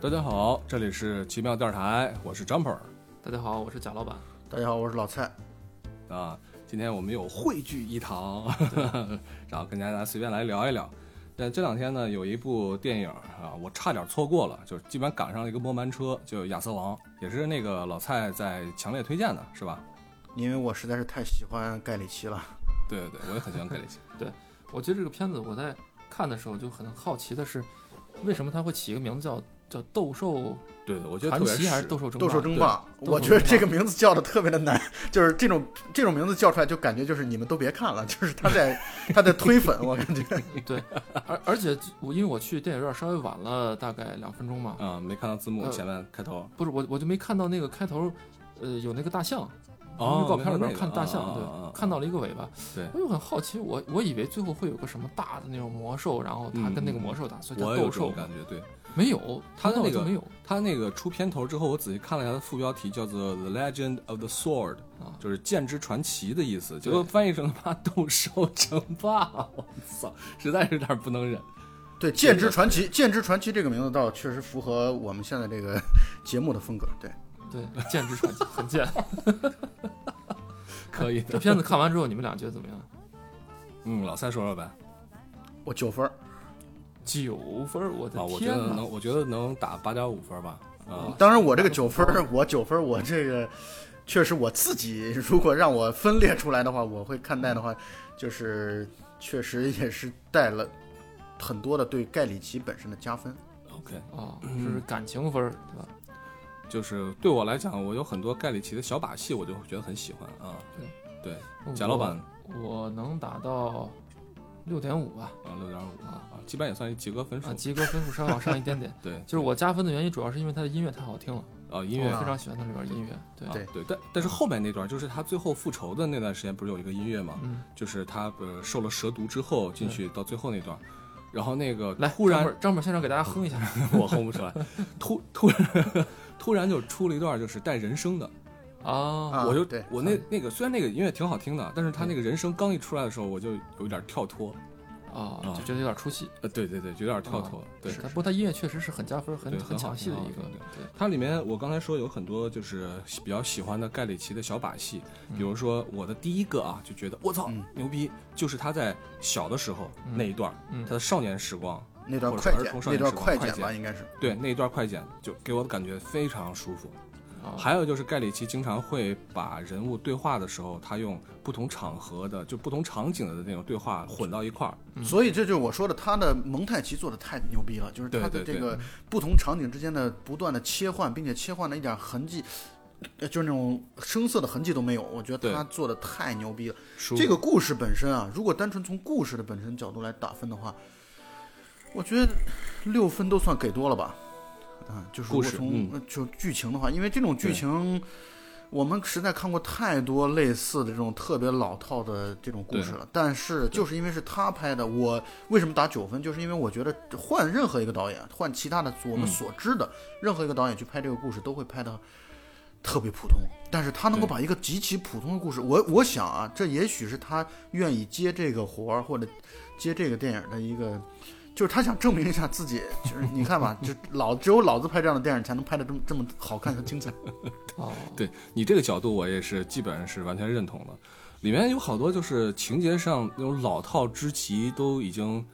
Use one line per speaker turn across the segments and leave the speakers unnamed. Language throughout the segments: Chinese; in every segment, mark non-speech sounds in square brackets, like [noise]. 大家好，这里是奇妙电台，我是 Jumper
大家好，我是贾老板。
大家好，我是老蔡。
啊。今天我们有汇聚一堂，呃然后跟大家随便来聊一聊。但这两天呢，有一部电影啊，我差点错过了，就是基本赶上了一个末班车，就《亚瑟王》，也是那个老蔡在强烈推荐的，是吧？
因为我实在是太喜欢盖里奇了，
对对对，我也很喜欢盖里奇。
我觉得这个片子我在看的时候就很好奇的是，为什么它会起一个名字叫叫《斗兽
[laughs] 对对，我觉得
传
特别
奇》还是
实
《斗兽争霸》？
斗兽争霸。
对斗
我
兽
觉得
争霸
这个名字叫的特别的难， [laughs] 就是这种这种名字叫出来，就感觉就是你们都别看了， [laughs] 就是他在他在推粉， [laughs] 我感觉。
而而且我因为我去电影院稍微晚了大概两分钟嘛，
啊、没看到字幕
呃
前面开头，
不是我我就没看到那个开头，呃，有那个大象，
哦，
预告片里
没
边看大象，
那个
对，
啊啊啊啊
看到了一个尾巴，
对
我就很好奇，我我以为最后会有个什么大的那种魔兽，然后他跟那个魔兽打，所以叫
我有
斗
这
兽
种
嘛，
感觉，对
没有，
他的
从头
那个
就没有
他那个出片头之后，我仔细看了一下，它副标题叫做《The Legend of the Sword》，
啊，
就是剑之传奇的意思，结果翻译成他妈斗兽争霸，我操，实在是有点不能忍。
对，《剑之传奇》《剑之传奇》这个名字倒确实符合我们现在这个节目的风格。对，
对， [laughs] 剑之传奇很剑。
可以
[laughs] 这
的，
片子看完之后，你们俩觉得怎么样？
嗯，老蔡说说呗。
我九分儿，
九分儿，我的
啊，我觉
天
得
哪！
能，我觉得能打八点五分吧。啊，
当然我这个九分儿，我九分儿，我这个确实我自己如果让我分裂出来的话，我会看待的话，就是确实也是带了很多的对盖里奇本身的加分。
OK，
啊，
嗯
是感情分儿，对吧？
就是对我来讲，我有很多盖里奇的小把戏，我就觉得很喜欢啊。贾老板
我，我能打到六点五吧，
啊，六点五
啊
啊，基本也算是及格分数。
啊，。及格分数稍微往上一点点
[laughs] 对，
就是我加分的原因，主要是因为他的音乐太好听了，
啊，音乐
我
啊
非常喜欢它里边音乐。对
啊
对
对，但但是后面那段就是他最后复仇的那段时间，不是有一个音乐吗？
嗯，
就是他呃受了蛇毒之后进去到最后那段，然后那个
来，
突嗯然
张本张本现场给大家哼
[laughs]
一下，
我哼不出来，突突然 [laughs] 突然就出了一段就是带人声的，
啊，
啊
我就
对
我那那个虽然那个音乐挺好听的，但是他那个人声刚一出来的时候，我就有点跳脱，
啊
啊，
就觉得有点出戏。
呃，对对对，有点跳脱，对。
但不过他音乐确实是很加分、
对
很
很好啊
很抢戏的一个
很好。
对，
它里面我刚才说有很多就是比较喜欢的盖里奇的小把戏，比如说我的第一个啊，就觉得我操
嗯
牛逼，就是他在小的时候
嗯
那一段，
嗯
他的少年时光，
那段
或者
快
是儿
剪
童，少
那
年
段
时光
快
快
剪吧，
剪
应该是。
对那一段快剪就给我的感觉非常舒服。
啊
还有就是盖里奇经常会把人物对话的时候，他用不同场合的就不同场景的那种对话混到一块儿。
所以这就是我说的，他的蒙太奇做的太牛逼了，就是他
对
的
对嗯
这个不同场景之间的不断的切换，并且切换的一点痕迹，呃就是那种生涩的痕迹都没有。我觉
对
得他做的太牛逼了。
舒服
这个故事本身啊，如果单纯从故事的本身角度来打分的话，我觉得六分都算给多了吧。啊，就是如
故
果
事
从
嗯、
呃就剧情的话，因为这种
对
剧情，我们实在看过太多类似的这种特别老套的这种故事了。但是就是因为是他拍的，我为什么打九分？就是因为我觉得换任何一个导演，换其他的我
嗯
们所知的、任何一个导演去拍这个故事，都会拍的特别普通，但是他能够
对
把一个极其普通的故事，我我想啊，这也许是他愿意接这个活儿或者接这个电影的一个，就是他想证明一下自己，就是你看吧，就老只有老子拍这样的电影才能拍的这么这么好看和精彩。
哦，
对你这个角度，我也是基本上是完全认同的。里面有好多就是情节上那种老套之极都已经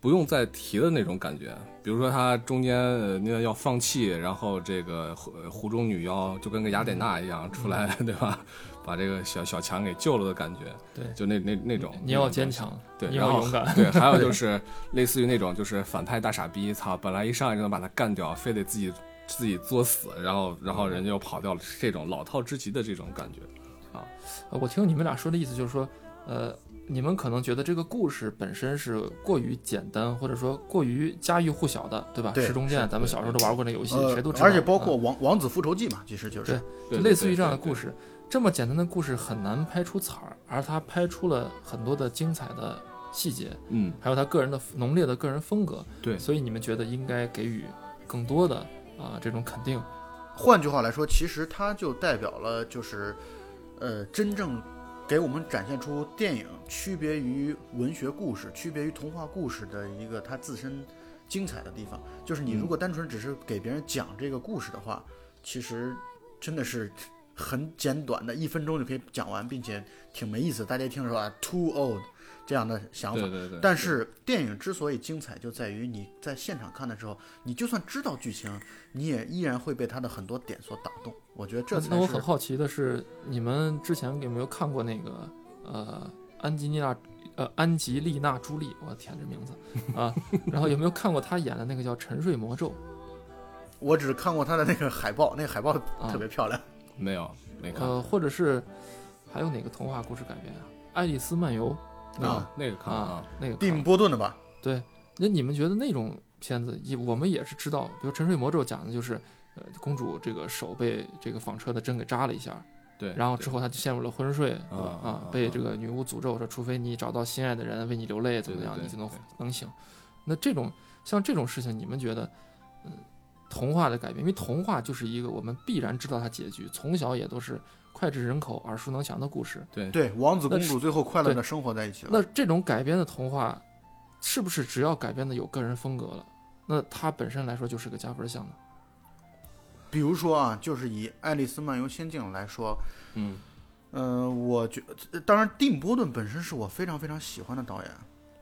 不用再提的那种感觉，比如说他中间呃那个要放弃，然后这个湖呃湖中女妖就跟个雅典
嗯
娜一样出来， [laughs] 对吧？把这个小小强给救了的感觉，
对
就那那那种。
你要坚强，
对，
你
然
要
后
勇敢。
对，还
[laughs]
有就是类似于那种就是反派大傻逼，操，本来一上来就能把他干掉，非得自己自己作死，然后然后
嗯
人家又跑掉了，这种老套之极的这种感觉。
呃我听你们俩说的意思就是说，呃，你们可能觉得这个故事本身是过于简单，或者说过于家喻户晓的，对吧？
对
时钟剑，咱们小时候都玩过那游戏，
呃
谁都知道。
而且包括
啊
《王王子复仇记》嘛，其实就是
对
对
就类似于这样的
对
故事，这么简单的故事很难拍出彩儿，而他拍出了很多的精彩的细节，
对嗯，
还有他个人的浓烈的个人风格。
对
所以你们觉得应该给予更多的啊、这种肯定。
换句话来说，其实它就代表了就是，呃，真正给我们展现出电影区别于文学故事、区别于童话故事的一个它自身精彩的地方。就是你如
嗯
果单纯只是给别人讲这个故事的话，其实真的是很简短的，一分钟就可以讲完，并且挺没意思。大家一听说啊，too old 这样的想法
对，对
呃
对。
但是电影之所以精彩，就在于你在现场看的时候，你就算知道剧情，你也依然会被它的很多点所打动。我觉得这才
那我
是
很好奇的是，你们之前有没有看过那个呃安吉丽娜呃安吉丽娜朱莉？我的天，这名字啊！然后有没有看过她演的那个叫《沉睡魔咒
我只看过他的那个海报，那个海报
啊
特别漂亮。
没有没》？看
呃，或者是还有哪个童话故事改编啊？《爱丽丝漫游》那个
啊，那个看啊，
那个
蒂姆
看
·波顿的吧？
对，那你们觉得那种片子，也我们也是知道，比如《沉睡魔咒》讲的就是，呃，公主这个手被这个纺车的针给扎了一下，
对。
然后
对
之后她就陷入了昏睡，
嗯
对
啊
吧啊
啊，
被这个女巫诅咒说，除非你找到心爱的人为你流泪，怎么
对对
样，
对
你就能
对
能醒。那这种像这种事情，你们觉得，嗯，童话的改编，因为童话就是一个我们必然知道它结局，从小也都是脍炙人口、耳熟能详的故事。
对
对，王子公
那
主最后快乐的生活在一起了。
那这种改编的童话，是不是只要改编的有个人风格了，那它本身来说就是个加分项呢？
比如说啊，就是以《爱丽丝漫游仙境》来说，
嗯，
呃，我觉呃当然蒂姆·波顿本身是我非常非常喜欢的导演，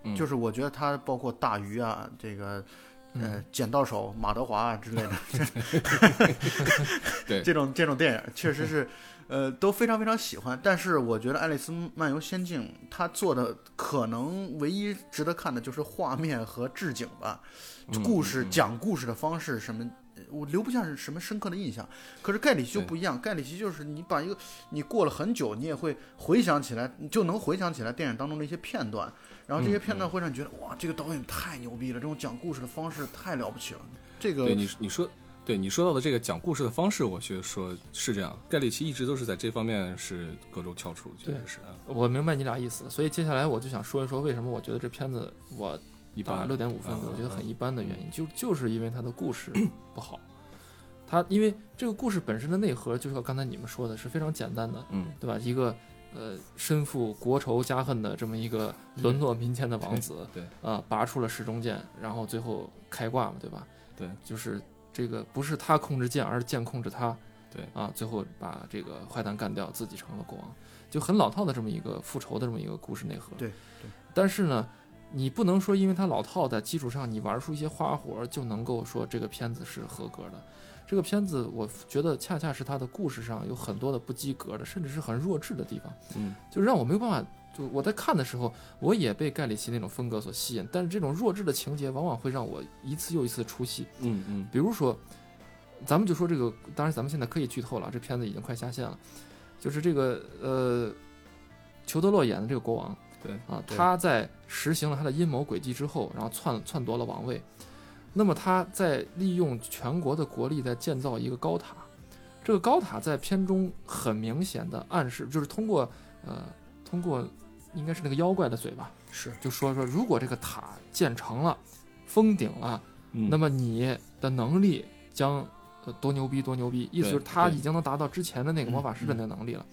嗯
就是我觉得他包括《大鱼》啊，这个呃
嗯
哎
《剪刀手》、马德华啊之类的，
对
[laughs] 这种这种电影确实是，呃，都非常非常喜欢。但是我觉得《爱丽丝漫游仙境》它做的可能唯一值得看的就是画面和置景吧，
嗯
故事、
嗯嗯
讲故事的方式什么。呃我留不下是什么深刻的印象，可是盖里奇就
对
不一样。盖里奇就是你把一个你过了很久，你也会回想起来，你就能回想起来电影当中的一些片段，然后这些片段会让你觉得、哇，这个导演太牛逼了，这种讲故事的方式太了不起了。这个
对你你说，对你说到的这个讲故事的方式，我觉得说是这样，盖里奇一直都是在这方面是各种翘楚，确实是啊，
我明白你俩意思，所以接下来我就想说一说为什么我觉得这片子我
一
打
般
六点五分，
嗯
我觉得
嗯
很一般的原因，就就是因为它的
[clears throat]
故事不好。它因为这个故事本身的内核，就是刚才你们说的是非常简单的，
嗯，
对吧？一个呃身负国仇家恨的这么一个沦落民间的王子，
嗯对对
呃，拔出了时钟剑，然后最后开挂嘛，对吧？
对，
就是这个不是他控制剑，而是剑控制他。
对
啊，最后把这个坏蛋干掉，自己成了国王，就很老套的这么一个复仇的这么一个故事内核。
对对
但是呢，你不能说因为它老套的基础上，你玩出一些花活儿就能够说这个片子是合格的。这个片子，我觉得恰恰是它的故事上有很多的不及格的，甚至是很弱智的地方，
嗯，
就让我没有办法。就我在看的时候，我也被盖里奇那种风格所吸引，但是这种弱智的情节往往会让我一次又一次出戏。
嗯嗯
比如说，咱们就说这个，当然咱们现在可以剧透了，这片子已经快下线了。就是这个呃，裘德洛演的这个国王，
对
啊，
对
他在实行了他的阴谋诡计之后，然后篡篡夺了王位。那么他在利用全国的国力在建造一个高塔，这个高塔在片中很明显的暗示，就是通过呃通过应该是那个妖怪的嘴吧，
是
就说说如果这个塔建成了，封顶了，
嗯，
那
么
么你的能力将呃多牛逼多牛逼，意思就是他
对
已经能达到之前的那个魔法师的那个能力了。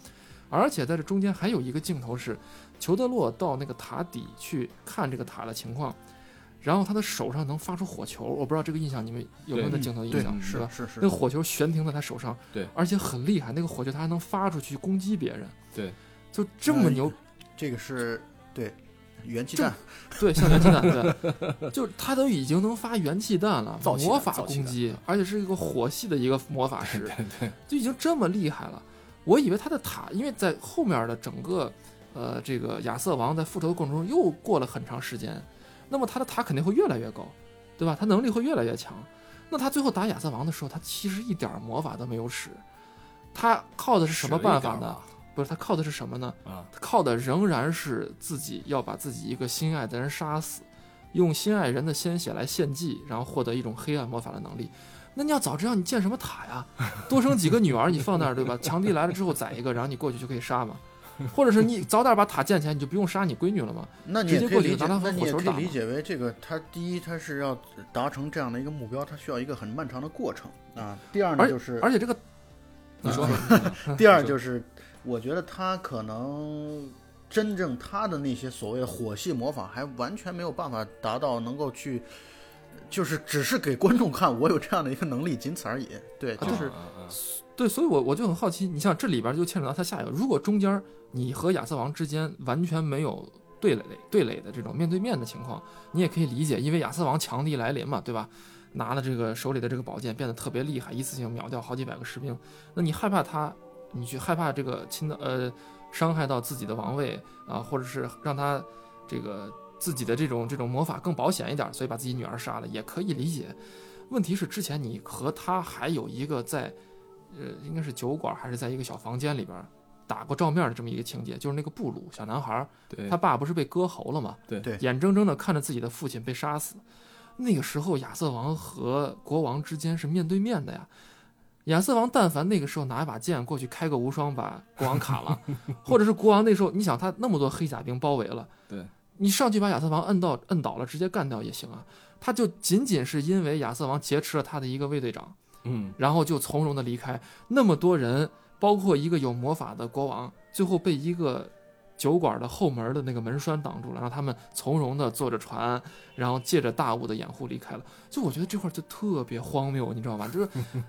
而且在这中间还有一个镜头是，裘德洛到那个塔底去看这个塔的情况，然后他的手上能发出火球，我不知道这个印象你们有没有
对
那镜头印
对
象，是
是
吧？嗯
是是，
那个火球悬停在他手上，
对
而且很厉害，那个火球它还能发出去攻击别人，
对，
就这么
哎
牛
这个是对元气弹，
对，像元气弹，对，就是他都已经能发元气弹了，
[laughs] 造气弹
魔法
造气弹
攻击，而且是一个火系的一个魔法
[laughs]
师，
对 [laughs] 对，
就已经这么厉害了。我以为他的塔，因为在后面的整个，呃，这个亚瑟王在复仇的过程中又过了很长时间，那么他的塔肯定会越来越高，对吧？他能力会越来越强。那他最后打亚瑟王的时候，他其实一点儿魔法都没有使，他靠的是什么办法
使了一点
呢？不是，他靠的是什么呢？
啊，
靠的仍然是自己要把自己一个心爱的人杀死，用心爱人的鲜血来献祭，然后获得一种黑暗魔法的能力。那你要早知道你建什么塔呀？多生几个女儿，你放那儿对吧？强敌来了之后宰一个，然后你过去就可以杀嘛。或者是你早点把塔建起来，你就不用杀你闺女了嘛。
那你
直
也
接
可
过
以
去
理解，
拿它和
那你
火
也
球
可以
打
理
嘛
解为这个，它第一，它是要达成这样的一个目标，它需要一个很漫长的过程啊。第二呢，就是
而且这个，
你说
啊 [laughs]
第二
你
就
说
是，我觉得他可能真正他的那些所谓的火系魔法还完全没有办法达到能够去就是只是给观众看，我有这样的一个能力，仅此而已。对，
啊
就是
对，所以我我就很好奇，你像这里边就牵扯到他下一个，如果中间你和亚瑟王之间完全没有对垒对垒的这种面对面的情况，你也可以理解，因为亚瑟王强敌来临嘛，对吧？拿了这个手里的这个宝剑变得特别厉害，一次性秒掉好几百个士兵，那你害怕他，你去害怕这个侵的呃伤害到自己的王位啊、或者是让他这个自己的这种这种魔法更保险一点，所以把自己女儿杀了也可以理解。问题是之前你和他还有一个在呃，应该是酒馆还是在一个小房间里边儿打过照面的这么一个情节，就是那个布鲁小男孩儿，
对
他爸不是被割喉了吗？
对
对
眼睁睁的看着自己的父亲被杀死。那个时候，亚瑟王和国王之间是面对面的呀。亚瑟王但凡那个时候拿一把剑过去开个无双，把国王砍了，或者是国王那时候，你想他那么多黑甲兵包围了，
对，
你上去把亚瑟王摁到摁倒了，直接干掉也行啊。他就仅仅是因为亚瑟王劫持了他的一个卫队长，
嗯，
然后就从容的离开。那么多人，包括一个有魔法的国王，最后被一个酒馆的后门的那个门栓挡住了，让他们从容的坐着船，然后借着大雾的掩护离开了。就我觉得这块儿就特别荒谬，你知道吗？就是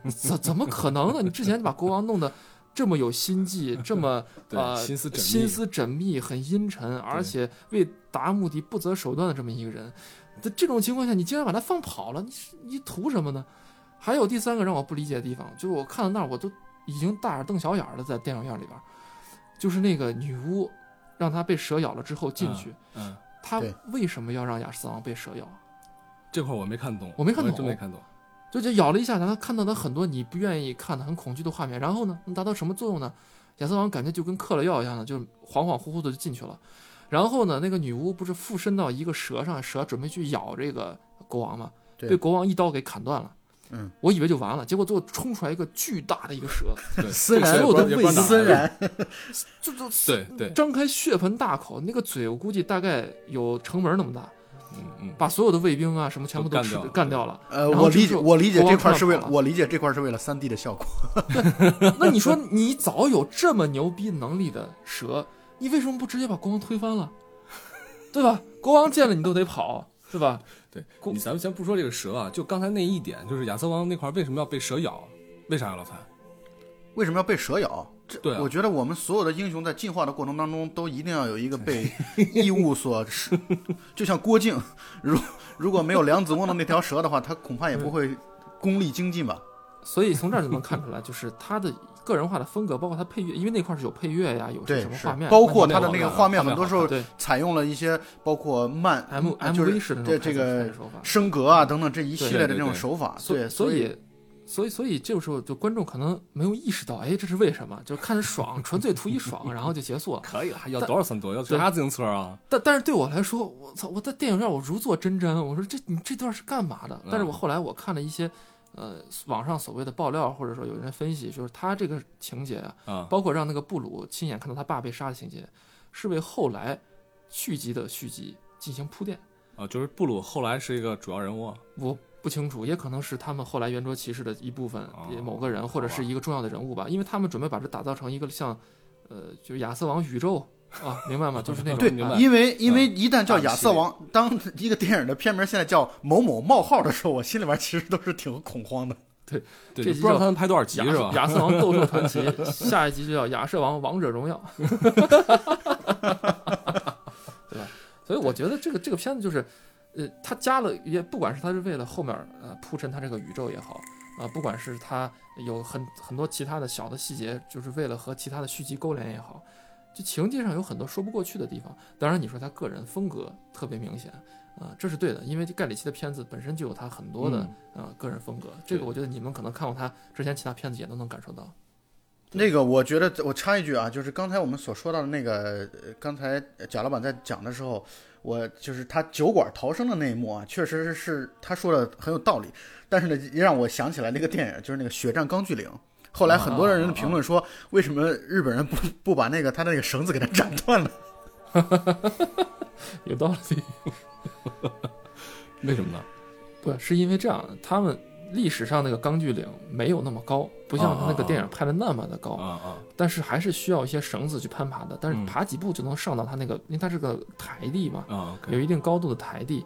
怎怎么可能呢？你之前把国王弄得这么有心计，这么
对，
呃
心思缜密，
心思缜密，很阴沉，而且为达目的不择手段的这么一个人，在这种情况下，你竟然把他放跑了，你是你图什么呢？还有第三个让我不理解的地方，就是我看到那儿我都已经大眼瞪小眼儿了，在电影院里边儿，就是那个女巫让她被蛇咬了之后进去，
嗯，
她
对
为什么要让亚瑟王被蛇咬？
这块我没看懂，
我没看懂哦
真没看懂。
就这咬了一下，然后看到了很多你不愿意看的、很恐惧的画面。然后呢，能达到什么作用呢？亚瑟王感觉就跟嗑了药一样的，就是恍恍惚惚的就进去了。然后呢，那个女巫不是附身到一个蛇上，蛇准备去咬这个国王嘛，
对
被国王一刀给砍断了。
嗯，
我以为就完了，结果最后冲出来一个巨大的一个蛇， [laughs]
对，
虽然
这个
我都
也
不
不知道
理解
哪
虽
来的
然
就就
对对，
张开血盆大口，那个嘴我估计大概有城门那么大，
嗯嗯，
把所有的卫兵啊什么全部都
都干
吃
掉了
干掉了。
呃，
然后
我理
这
解
就
我理解
国
这
王
块儿是为
看
了
到了
我理解这块儿是为了三 D 的效果，
[laughs] 那你说你早有这么牛逼能力的蛇，你为什么不直接把国王推翻了？对吧？国王见了你都得跑，对吧？
对
故
你咱们先不说这个蛇啊，就刚才那一点，就是亚瑟王那块儿为什么要被蛇咬？为啥要了他？
为什么要被蛇咬？这
对啊
我觉得我们所有的英雄在进化的过程当中，都一定要有一个被异物所使，就像郭靖，如如果没有梁子翁的那条蛇的话，他恐怕也不会功力精进吧？
所以从这儿就能看出来，就是他的个人化的风格，包括他配乐，因为那块儿是有配乐呀，有
对，
什么
是
画面，
包括
乱七八
他的
糟
那个
画
画
面
面，很多时
画
候
对
采用了一些包括慢
M
就是
MV 式的那种拍
这这
摄
个
拍摄手法，
升格啊等等这一系列的
对对
这种
对
手法，
所
对，
所
以
以所以所以这个时候就观众可能没有意识到，哎，这是为什么？就是看着爽，纯粹图一爽，然后就结束了。
可以了，要
但
多少算多少，要
对
啥自行车啊？
但但是对我来说，我操，我在电影院我如坐针毡，我说这你这段是干嘛的？
嗯
但是我后来我看了一些，呃，网上所谓的爆料，或者说有人分析，就是他这个情节啊，
啊，
包括让那个布鲁亲眼看到他爸被杀的情节，是为后来续集的续集进行铺垫。
啊，就是布鲁后来是一个主要人物啊，
我不清楚，也可能是他们后来圆桌骑士的一部分，
哦
也某个人或者
好
是
吧
一个重要的人物吧，因为他们准备把这打造成一个像，呃，就是亚瑟王宇宙啊，明白吗？就是那
[laughs]
种
对
哎
明白
因为因为
嗯
一旦叫
大的
亚
系
瑟
列
王，当一个电影的片名现在叫某某冒号的时候，我心里边其实都是挺恐慌的。
对，
这
就不知道
就
他们拍多少集
亚 [laughs]
是吧？
亚瑟王斗兽传
[laughs]
奇，下一集就叫亚瑟王王者荣耀，对吧？所以我觉得这个这个片子就是，呃，他加了也不管是他是为了后面呃铺陈他这个宇宙也好，啊、不管是他有很很多其他的小的细节，就是为了和其他的续集勾连也好，就情节上有很多说不过去的地方。当然，你说他个人风格特别明显。啊、这是对的，因为盖里奇的片子本身就有他很多
嗯
的、啊个人风格，这个
对
我觉得你们可能看过他之前其他片子也都能感受到。
那个，我觉得我插一句啊，就是刚才我们所说到的那个，呃刚才贾老板在讲的时候，我就是他酒馆逃生的那一幕啊，确实是他说的很有道理，但是呢，也让我想起来那个电影，就是那个《血战钢锯岭》。后来很多人的评论说，为什么日本人不不把那个他的那个绳子给他斩断了？
有道理，
为什么呢？
不是因为这样，他们历史上那个钢锯岭没有那么高，不像他那个电影拍的那么的高，
啊啊，
但是还是需要一些绳子去攀爬的，但
嗯
是爬几步就能上到他那个，因为它是个台地嘛，
啊，OK，
有一定高度的台地。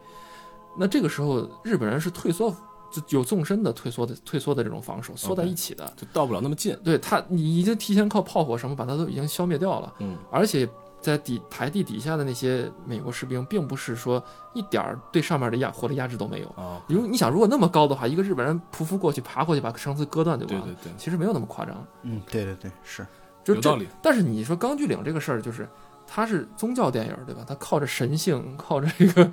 那这个时候日本人是退缩，就有纵深的退缩的退缩的这种防守，缩在一起的。
就到不了那么近。
对他，你已经提前靠炮火什么把它都已经消灭掉了，
嗯，
而且在底台地底下的那些美国士兵，并不是说一点儿对上面的压火力压制都没有。
啊，
如你想，如果那么高的话，一个日本人匍匐过去、爬过去把绳子割断就完
对
了。
对对，
其实没有那么夸张，
嗯，对对对，是，
就
有
这
道理。
但是你说《钢锯岭》这个事儿，就是它是宗教电影儿，对吧？它靠着神性，靠着这个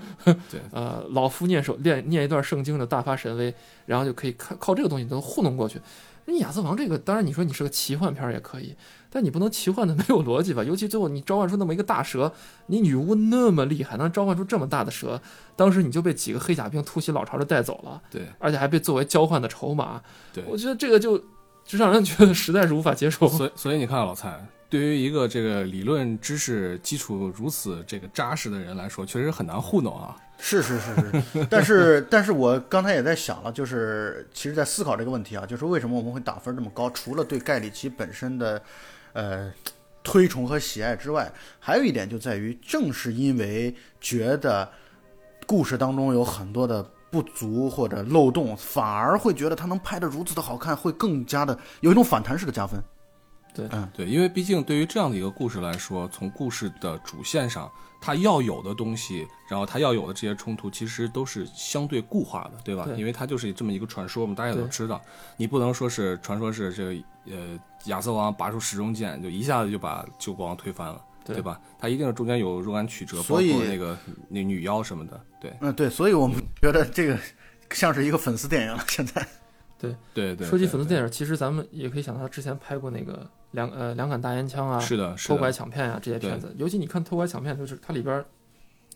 对
呃老夫念首念念一段圣经的大发神威，然后就可以靠靠这个东西都糊弄过去。那《亚瑟王》这个，当然你说你是个奇幻片儿也可以，但你不能奇幻的没有逻辑吧？尤其最后你召唤出那么一个大蛇，你女巫那么厉害，能召唤出这么大的蛇，当时你就被几个黑甲兵突袭老巢的带走了，
对
而且还被作为交换的筹码。
对，
我觉得这个就就让人觉得实在是无法接受。
[laughs] 所以所以你看啊，老蔡，对于一个这个理论知识基础如此这个扎实的人来说，确实很难糊弄啊。
是是是是，但是但是我刚才也在想了，就是其实，在思考这个问题啊，就是为什么我们会打分这么高？除了对盖里奇本身的呃推崇和喜爱之外，还有一点就在于，正是因为觉得故事当中有很多的。不足或者漏洞，反而会觉得他能拍得如此的好看，会更加的有一种反弹式的加分。
嗯
对，因为毕竟对于这样的一个故事来说，从故事的主线上，它要有的东西，然后它要有的这些冲突，其实都是相对固化的，对吧？
对
因为它就是这么一个传说，我们大家也都
对
知道，你不能说是传说是这个呃亚瑟王拔出时钟剑，就一下子就把旧国王推翻了。
对
对吧？它一定是中间有若干曲折，包
所以
括那个那女妖什么的。对
嗯，对，所以我们觉得这个像是一个粉丝电影了。现在，
对对。
说起
对
粉
对
丝电影，其实咱们也可以想到他之前拍过那个两呃两杆大烟枪啊、
是的，是
偷拐
的，
抢骗啊这些片子。尤其你看偷拐抢骗，就是它里边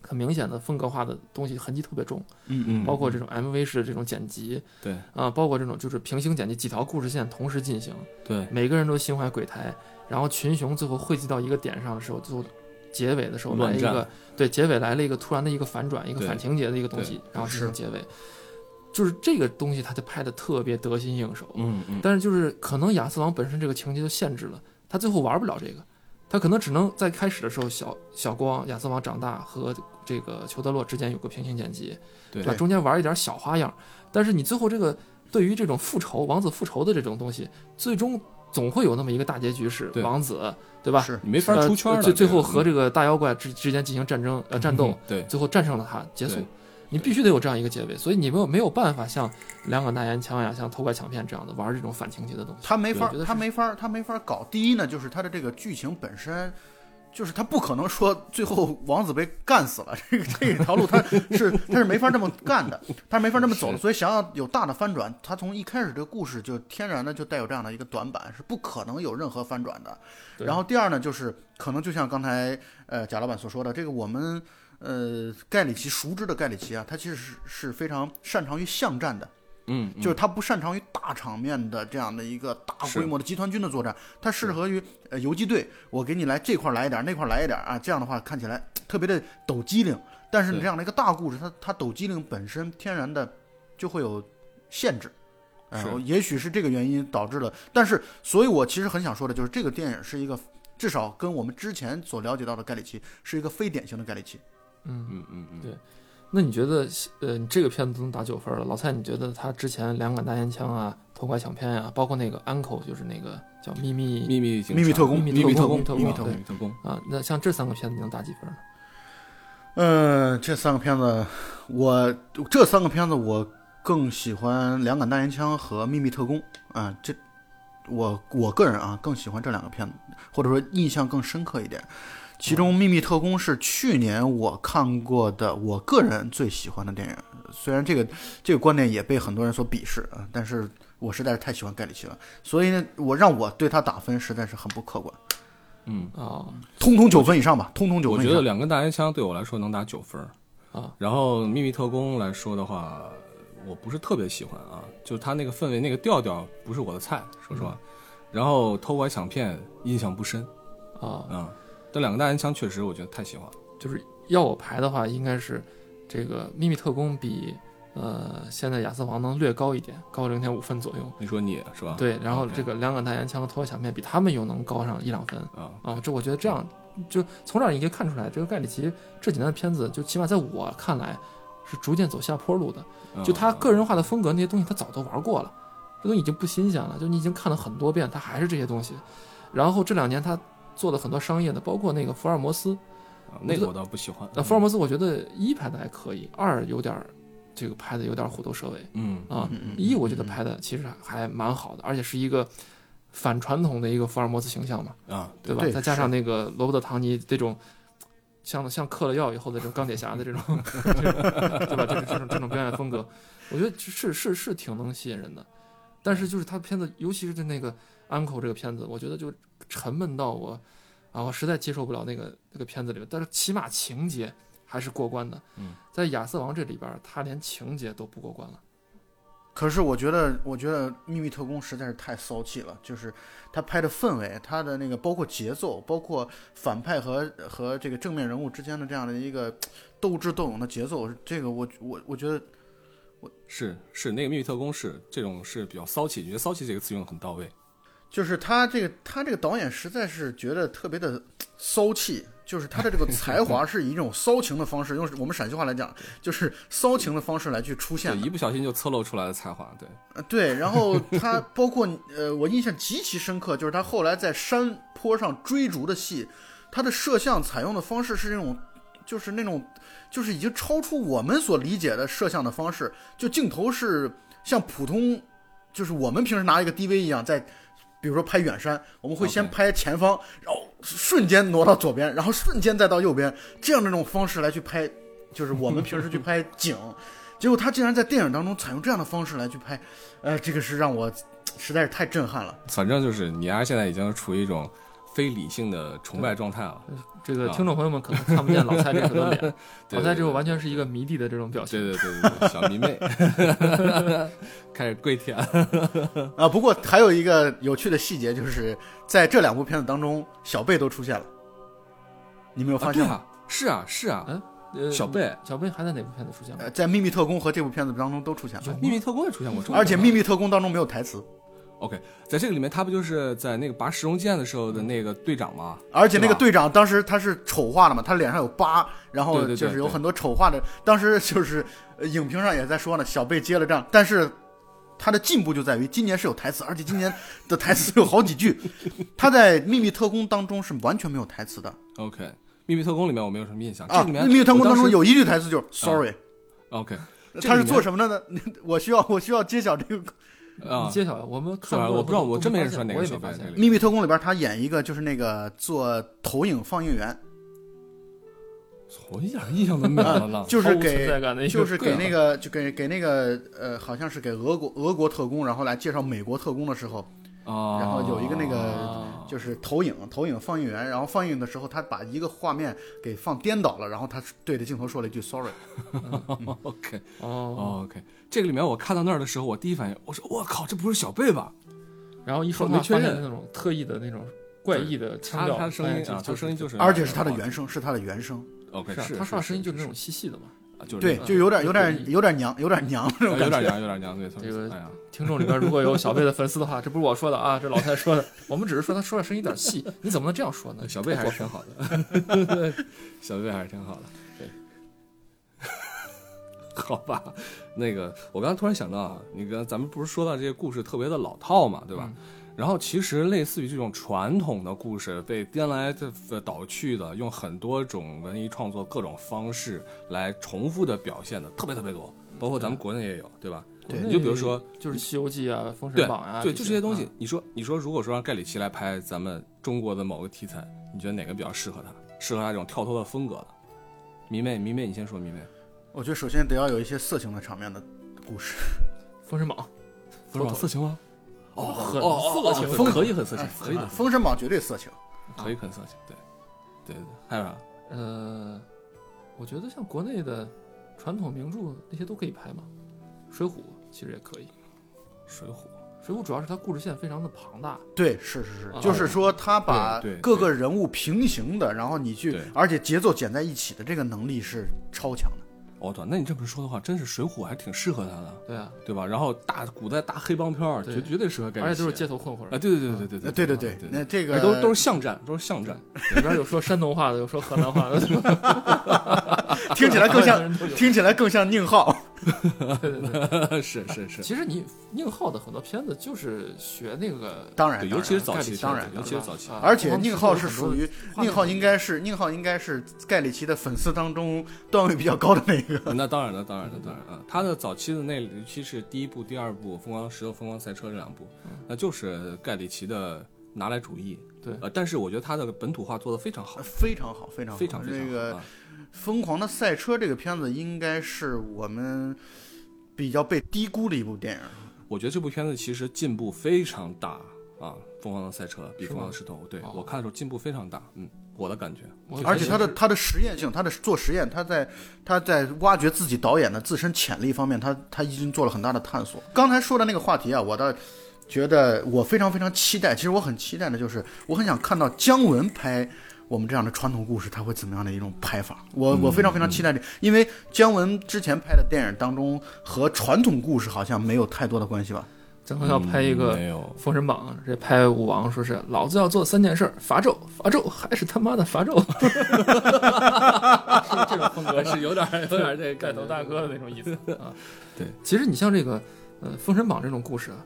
很明显的风格化的东西痕迹特别重，
嗯
嗯
包括这种 MV 式的这种剪辑
对
啊、包括这种就是平行剪辑，几条故事线同时进行，
对
每个人都心怀鬼胎，然后群雄最后汇集到一个点上的时候，最后结尾的时候
乱
来一
战
个对结尾来了一个突然的一个反转，一个
对
反情节的一个东西，然后进行
是
结尾。就是这个东西，它就拍的特别得心应手。
嗯嗯，
但是就是可能亚瑟王本身这个情节就限制了，他最后玩不了这个，他可能只能在开始的时候小小国王亚瑟王长大和这个裘德洛之间有个平行剪辑，
对
吧？中间玩一点小花样，但是你最后这个对于这种复仇王子复仇的这种东西，最终总会有那么一个大结局是
对
王子对吧？
是
你没法出圈
呃
了。嗯
最最后和
这
这个大妖怪之之间进行战争呃
嗯
战斗，
对
最后战胜了他，结束
对。
你必须得有这样一个结尾，所以你没有没有办法像两杆大烟枪呀、像偷拐抢骗这样的玩这种反情节的东西。
他没法
对我觉得，是
他没法，他没法搞。第一呢，就是他的这个剧情本身，就是他不可能说最后王子被干死了，这个这条路他是他是没法这么干的，他是没法这么走的。
是
所以想要有大的翻转，他从一开始这个故事就天然的就带有这样的一个短板，是不可能有任何翻转的。
对
然后第二呢，就是可能就像刚才呃贾老板所说的，这个我们呃盖里奇熟知的盖里奇啊，他其实是是非常擅长于巷战的。
嗯，嗯
就是他不擅长于大场面的这样的一个大规模的集团军的作战，他适合于呃游击队，我给你来这块儿来一点儿，那块儿来一点儿啊，这样的话看起来特别的抖机灵。但是你
对
这样的一个大故事，它它抖机灵本身天然的就会有限制，呃
是，
也许是这个原因导致了。但是，所以我其实很想说的就是，这个电影是一个至少跟我们之前所了解到的盖里奇是一个非典型的盖里奇。
嗯，
嗯嗯嗯，
对那你觉得，呃，你这个片子能打九分了？老蔡，你觉得他之前两杆大烟枪啊、偷拐抢骗啊，包括那个 Uncle，就是那个叫秘密
秘密警察
秘密特工
秘
秘密特
工，
工
秘密
秘密特工
秘密特工，
啊，那像这三个片子，你能打几分呢？
嗯，这三个片子，我这三个片子我更喜欢《两杆大烟枪》和《秘密特工》啊，这我我个人啊更喜欢这两个片子，或者说印象更深刻一点。其中，《秘密特工》是去年我看过的我个人最喜欢的电影，虽然这个这个观点也被很多人所鄙视啊，但是我实在是太喜欢盖里奇了，所以呢，我让我对他打分实在是很不客观，
嗯，
啊
通通九分以上吧，通通九
我
分以
觉
上
得。两根大烟枪对我来说能打九分儿
啊，
然后秘密特工来说的话，我不是特别喜欢啊，就是他那个氛围、那个调调不是我的菜，说实话。然后偷拐抢骗印象不深
啊，
啊，但两个大烟枪确实我觉得太喜欢了。
就是要我排的话，应该是这个秘密特工比呃现在亚瑟王能略高一点，高零点五分左右。
你说你是吧？
对，然后
啊 OK
这个两杆大烟枪和偷拐抢骗比他们又能高上一两分。
啊，
啊，这我觉得这样，就从这儿你可以看出来，这个盖里奇这几年的片子，就起码在我看来，是逐渐走下坡路的。
嗯
就他个人化的风格那些东西，他早都玩过了，这东西已经不新鲜了。就你已经看了很多遍，他还是这些东西。然后这两年他做了很多商业的，包括那个福尔摩斯，
啊那个我倒不喜欢。
那福尔摩斯我觉得一拍的还可以，二有点儿这个拍的有点儿虎头蛇尾
嗯
啊。
嗯嗯嗯
一我觉得拍的其实还还蛮好的，而且是一个反传统的一个福尔摩斯形象嘛，
啊，
对吧？
对
再加上那个罗伯特·唐尼这种。像像嗑了药以后的这种钢铁侠的这
[laughs]
种，这种对吧？这种这种这种表演风格，我觉得是是是挺能吸引人的。但是就是他片子，尤其是在那个《Uncle》这个片子，我觉得就沉闷到我啊，我实在接受不了那个那个片子里面。但是起码情节还是过关的。
嗯，
在《亚瑟王》这里边，他连情节都不过关了。
可是我觉得，我觉得《秘密特工》实在是太骚气了，就是他拍的氛围，他的那个包括节奏，包括反派和和这个正面人物之间的这样的一个斗智斗勇的节奏，这个我我我觉得
是是，那个秘密特工是这种是比较骚气，觉得骚气这个词用的很到位。
就是他这个他这个导演实在是觉得特别的骚气，就是他的这个才华是以一种骚情的方式，用我们陕西话来讲，就是骚情的方式来去出
就
现的
一。不小心就侧漏出来的才华，对，
呃对，然后他包括呃，我印象极其深刻，就是他后来在山坡上追逐的戏，他的摄像采用的方式是那种，就是那种，就是已经超出我们所理解的摄像的方式，就镜头是像普通，就是我们平时拿一个 DV 一样，在比如说拍远山，我们会
OK
先拍前方，然后瞬间挪到左边，然后瞬间再到右边，这样的那种方式来去拍，就是我们平时去拍景。结果他竟然在电影当中采用这样的方式来去拍，呃，这个是让我实在是太震撼了。
反正就是你丫现在已经处于一种非理性的崇拜状态了。
这个
啊
听众朋友们可能看不见老蔡这时
[laughs]
候的脸，
对
老蔡这时候
对
完全是一个迷弟的这种表情。
对对对对，对小迷
[laughs]
妹开始跪舔，
啊，不过还有一个有趣的细节，就是在这两部片子当中，小贝都出现了。你没有发
啊
现嗯
对
吗？
啊， [laughs] 是啊是啊，
呃，
小贝
小贝还在哪部片子出现过
啊
呃，？在《秘密特工》和这部片子当中都出现了，
秘密特工也出现过，
而且《秘
密
密特工》当中没有台词，
OK，在这个里面他不就是在那个拔石溶剑的时候
嗯
的那个队长吗？
而且那个
对
队长当时他是丑化了嘛，他脸上有疤，然后
对对对
就是有
对
很多丑化的。当时就是呃影评上也在说呢，小贝接了账，但是他的进步就在于今年是有台词，而且今年的台词有好几句。他在《秘密特工》当中是完全没有台词的
OK，秘密特工里面我没有什么印象，
啊，
这
《
里面
秘密特工》
我
当中
时啊
有一句台词就是 “sorry”。
OK 这
他
里
是
面
做什么的呢？ [laughs] 我需要我需要揭晓这个《
啊
你，揭晓呀，我们
是
看
吧？
过
我不知道，
都
我真没
没
认出来哪
我
个
也
小
没
贝
发
在
现
这。里。
秘密特工》里边，他演一个就是那个做投影放映员，
我一点印象都没有
啊
了呢。
就是
毫无存
给
在感的一个
就是
对
给
啊
那个就给给那个呃，好像是给俄国俄国特工，然后来介绍美国特工的时候，
啊，
然后有一个那个
啊
就是投影投影放映员，然后放映的时候他把一个画面给放颠倒了，然后他对着镜头说了一句 sorry。
[laughs] OK
哦，
OK，这个里面我看到那儿的时候，我第一反应我说我靠，这不是小贝吧？
然后一说
我
话
没确
发现
认
那种特意的那种怪异的腔
他
调，
他的声音
哎
啊，他的声音就是，哦
而且是他的原声，是他的原声，
OK，
是啊
是
他说话声音就是那种细细的嘛。
啊就是
对，
那
就有点
嗯
有点有点娘有点娘 [laughs] 那
种
种
有
感
点
觉。
娘，有点娘，对，
这个
哎呀，
听众里边如果有小贝的粉丝的话，这不是我说的啊，这老
[laughs]
蔡说的，我们只是说他说话声音有点细，你怎么能这样说呢？
小贝还
我
是挺好的，小贝还是挺好的，对， [laughs] 好吧，那个我刚才突然想到啊，你刚咱们不是说到这些故事特别的老套嘛，对吧？然后其实类似于这种传统的故事被颠来呃倒去的，用很多种文艺创作各种方式来重复的表现的特别特别多，包括咱们国内也有，对吧？
对
你就比如说
就是《西游记》啊，《封
对
神榜》啊，
对，就
这
这些东西。，你说，你说，如果说让盖里奇来拍咱们中国的某个题材，你觉得哪个比较适合他？适合他这种跳脱的风格的？迷妹，迷妹，你先说迷妹。
我觉得首先得要有一些色情的场面的故事，
《封神榜》
不是
头
色情吗？哦，
很
哦
色情
哦
风
可以很色情，可以
哎
的，
封神榜绝对色情。
可以很色情。对，对对对，还有啥？啊
呃，我觉得像国内的传统名著那些都可以拍嘛，《水浒》其实也可以，《
水浒。
水浒》主要是它故事线非常的庞大，
对，是是是
啊，
就是说他把
对对
各个人物平行的，然后你去
对，
而且节奏剪在一起的这个能力是超强的。
我哦操，那你这么说的话，真是水浒还挺适合他的，
对啊，
对吧？然后大古代大黑帮片儿，
对
绝绝对适合盖里奇。
而且都是街头混混
啊，
儿，
对对对对
呃
对
对对
对
对，那这个
哎都都是巷战，都是巷战。 [laughs]
里边有说山东话的，有说河南话的，
听起来更
啊
像，
人都有。
听起来更像宁浩。
对对对，
是是是，
其实你宁浩的很多片子就是学那个，
当然，
对，
当
尤
然
其是早期，
当然
尤其是早期，
啊
而且宁浩是属于
画面
宁浩应该是宁浩应该是盖里奇的粉丝当中段位比较高的那个。
那当然了，当然了，当然了。啊他的早期的那尤其是第一部、第二部《疯狂石头》《疯狂赛车》这两部，
嗯
那就是盖里奇的拿来主义。
对
呃，但是我觉得他的本土化做得 [laughs] 非常好，
非常好，非常好。
非常非常
这个
好。啊
《疯狂的赛车》这个片子应该是我们比较被低估的一部电影。
我觉得这部片子其实进步非常大啊，《疯狂的赛车》比《
是吗
疯狂的石头》对
哦
我看的时候进步非常大，嗯，我的感觉。
我
而且
觉
他
得
的他的实验性，他的做实验，他在他在挖掘自己导演的自身潜力方面，他他已经做了很大的探索。刚才说的那个话题啊，我倒觉得我非常非常期待。其实我很期待的就是，我很想看到姜文拍我们这样的传统故事，他会怎么样的一种拍法。我
嗯
我非常非常期待这，因为姜文之前拍的电影当中和传统故事好像没有太多的关系吧？
咱们要拍一
嗯
个
没有
《封神榜》，这拍武王说是老子要做三件事儿：伐纣，伐纣，还是他妈的伐纣。 [laughs] 是这种风格
是有点 [laughs] 儿有点儿这
盖头大哥的那种意思啊。
对，
其实你像这个呃《封神榜》这种故事啊，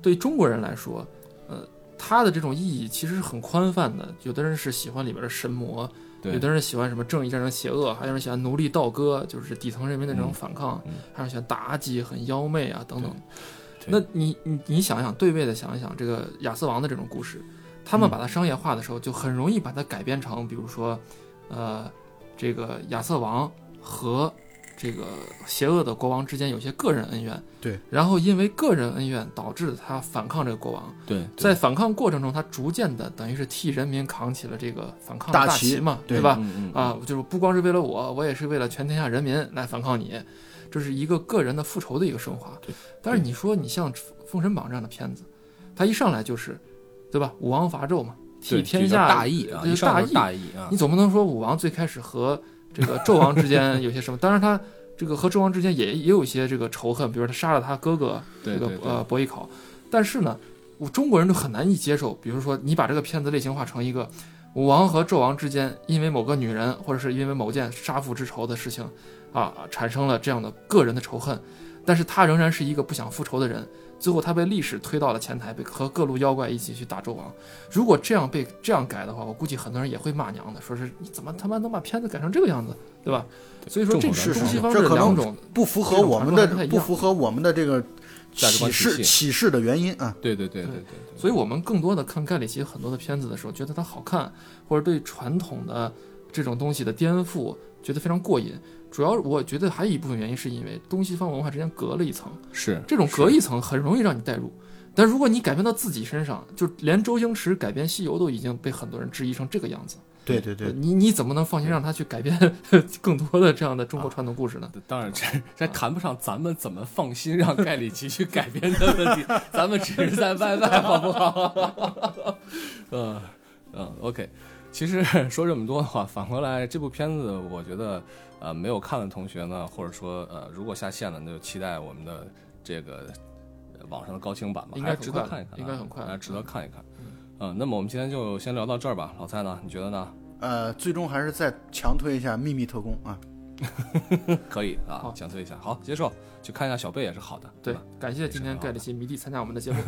对中国人来说，呃，它的这种意义其实是很宽泛的。有的人是喜欢里边的神魔，有
对
的人喜欢什么正义战争邪恶，还有人喜欢奴隶倒戈，就是底层人民的这种反抗，
嗯嗯
还有人喜欢妲己很妖媚啊等等。
对
那你你你想想，对位的想一想，这个亚瑟王的这种故事，他
嗯
们把它商业化的时候，就很容易把它改编成，比如说，呃，这个亚瑟王和这个邪恶的国王之间有些个人恩怨，
对，
然后因为个人恩怨导致他反抗这个国王，
对，
在反抗过程中，他逐渐的等于是替人民扛起了这个反抗的
大
大
旗
旗嘛，
对
对吧？
嗯嗯
啊，就是不光是为了我，我也是为了全天下人民来反抗你，这是一个个人的复仇的一个升华
对。
但是你说你像《封神榜》这样的片子，它一上来就是，对吧？武王伐纣嘛，替
对
天
比较
下
大义啊，
对
一上来
大
就
义
是大义啊
你，总不能说武王最开始和这个纣王之间有些什么？当然他这个和纣王之间也也有一些这个仇恨，比如说他杀了他哥哥
对
这个
对对
呃伯邑考，但是呢，我中国人都很难以接受。比如说你把这个片子类型化成一个武王和纣王之间因为某个女人或者是因为某件杀父之仇的事情啊产生了这样的个人的仇恨，但是他仍然是一个不想复仇的人。最后，他被历史推到了前台，被和各路妖怪一起去打纣王。如果这样被这样改的话，我估计很多人也会骂娘的，说是你怎么他妈能把片子改成这个样子，对吧？所以说这
众口
是
难
东
调
西
嘛
方
这
是
可能
两种，
不符合
这种
我们
传统还不太
的
一样
不符合我们的这个
价值观
启
体
示
系
启示的原因啊。
对对对对
对
对对，
所以我们更多的看盖里奇很多的片子的时候，觉得它好看，或者对传统的这种东西的颠覆觉得非常过瘾。主要我觉得还有一部分原因是因为东西方文化之间隔了一层，
是
这种隔
是
一层很容易让你代入。但如果你改编到自己身上，就连周星驰改编《西游》都已经被很多人质疑成这个样子，呃
对对对，
你你怎么能放心让他去改编 [laughs] 更多的这样的中国传统故事呢？
当然，这这谈不上咱们怎么放心让盖里奇去改编的问题，咱们只是在外卖，好不好？ [laughs] 嗯嗯，OK。其实说这么多的话，反过来这部片子，我觉得呃没有看的同学呢，或者说呃如果下线了，那就期待我们的这个呃网上的高清版吧，
应
还
该
是值
很快
得看一看啊，
应该很快
还是值得看一看。嗯，那么我们今天就先聊到这儿吧。老蔡呢？你觉得呢？
呃，最终还是再强推一下《秘密特工》啊。
可以啊
好，
强推一下，好，接受，去看一下小贝也是好的，
对
吧？，
感谢今天盖里奇迷弟参加我们的节目，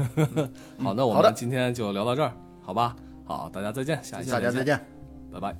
好，那我
好的
们今天就聊到这儿，好吧？好，大家再见，下一期
大家再见。
拜拜。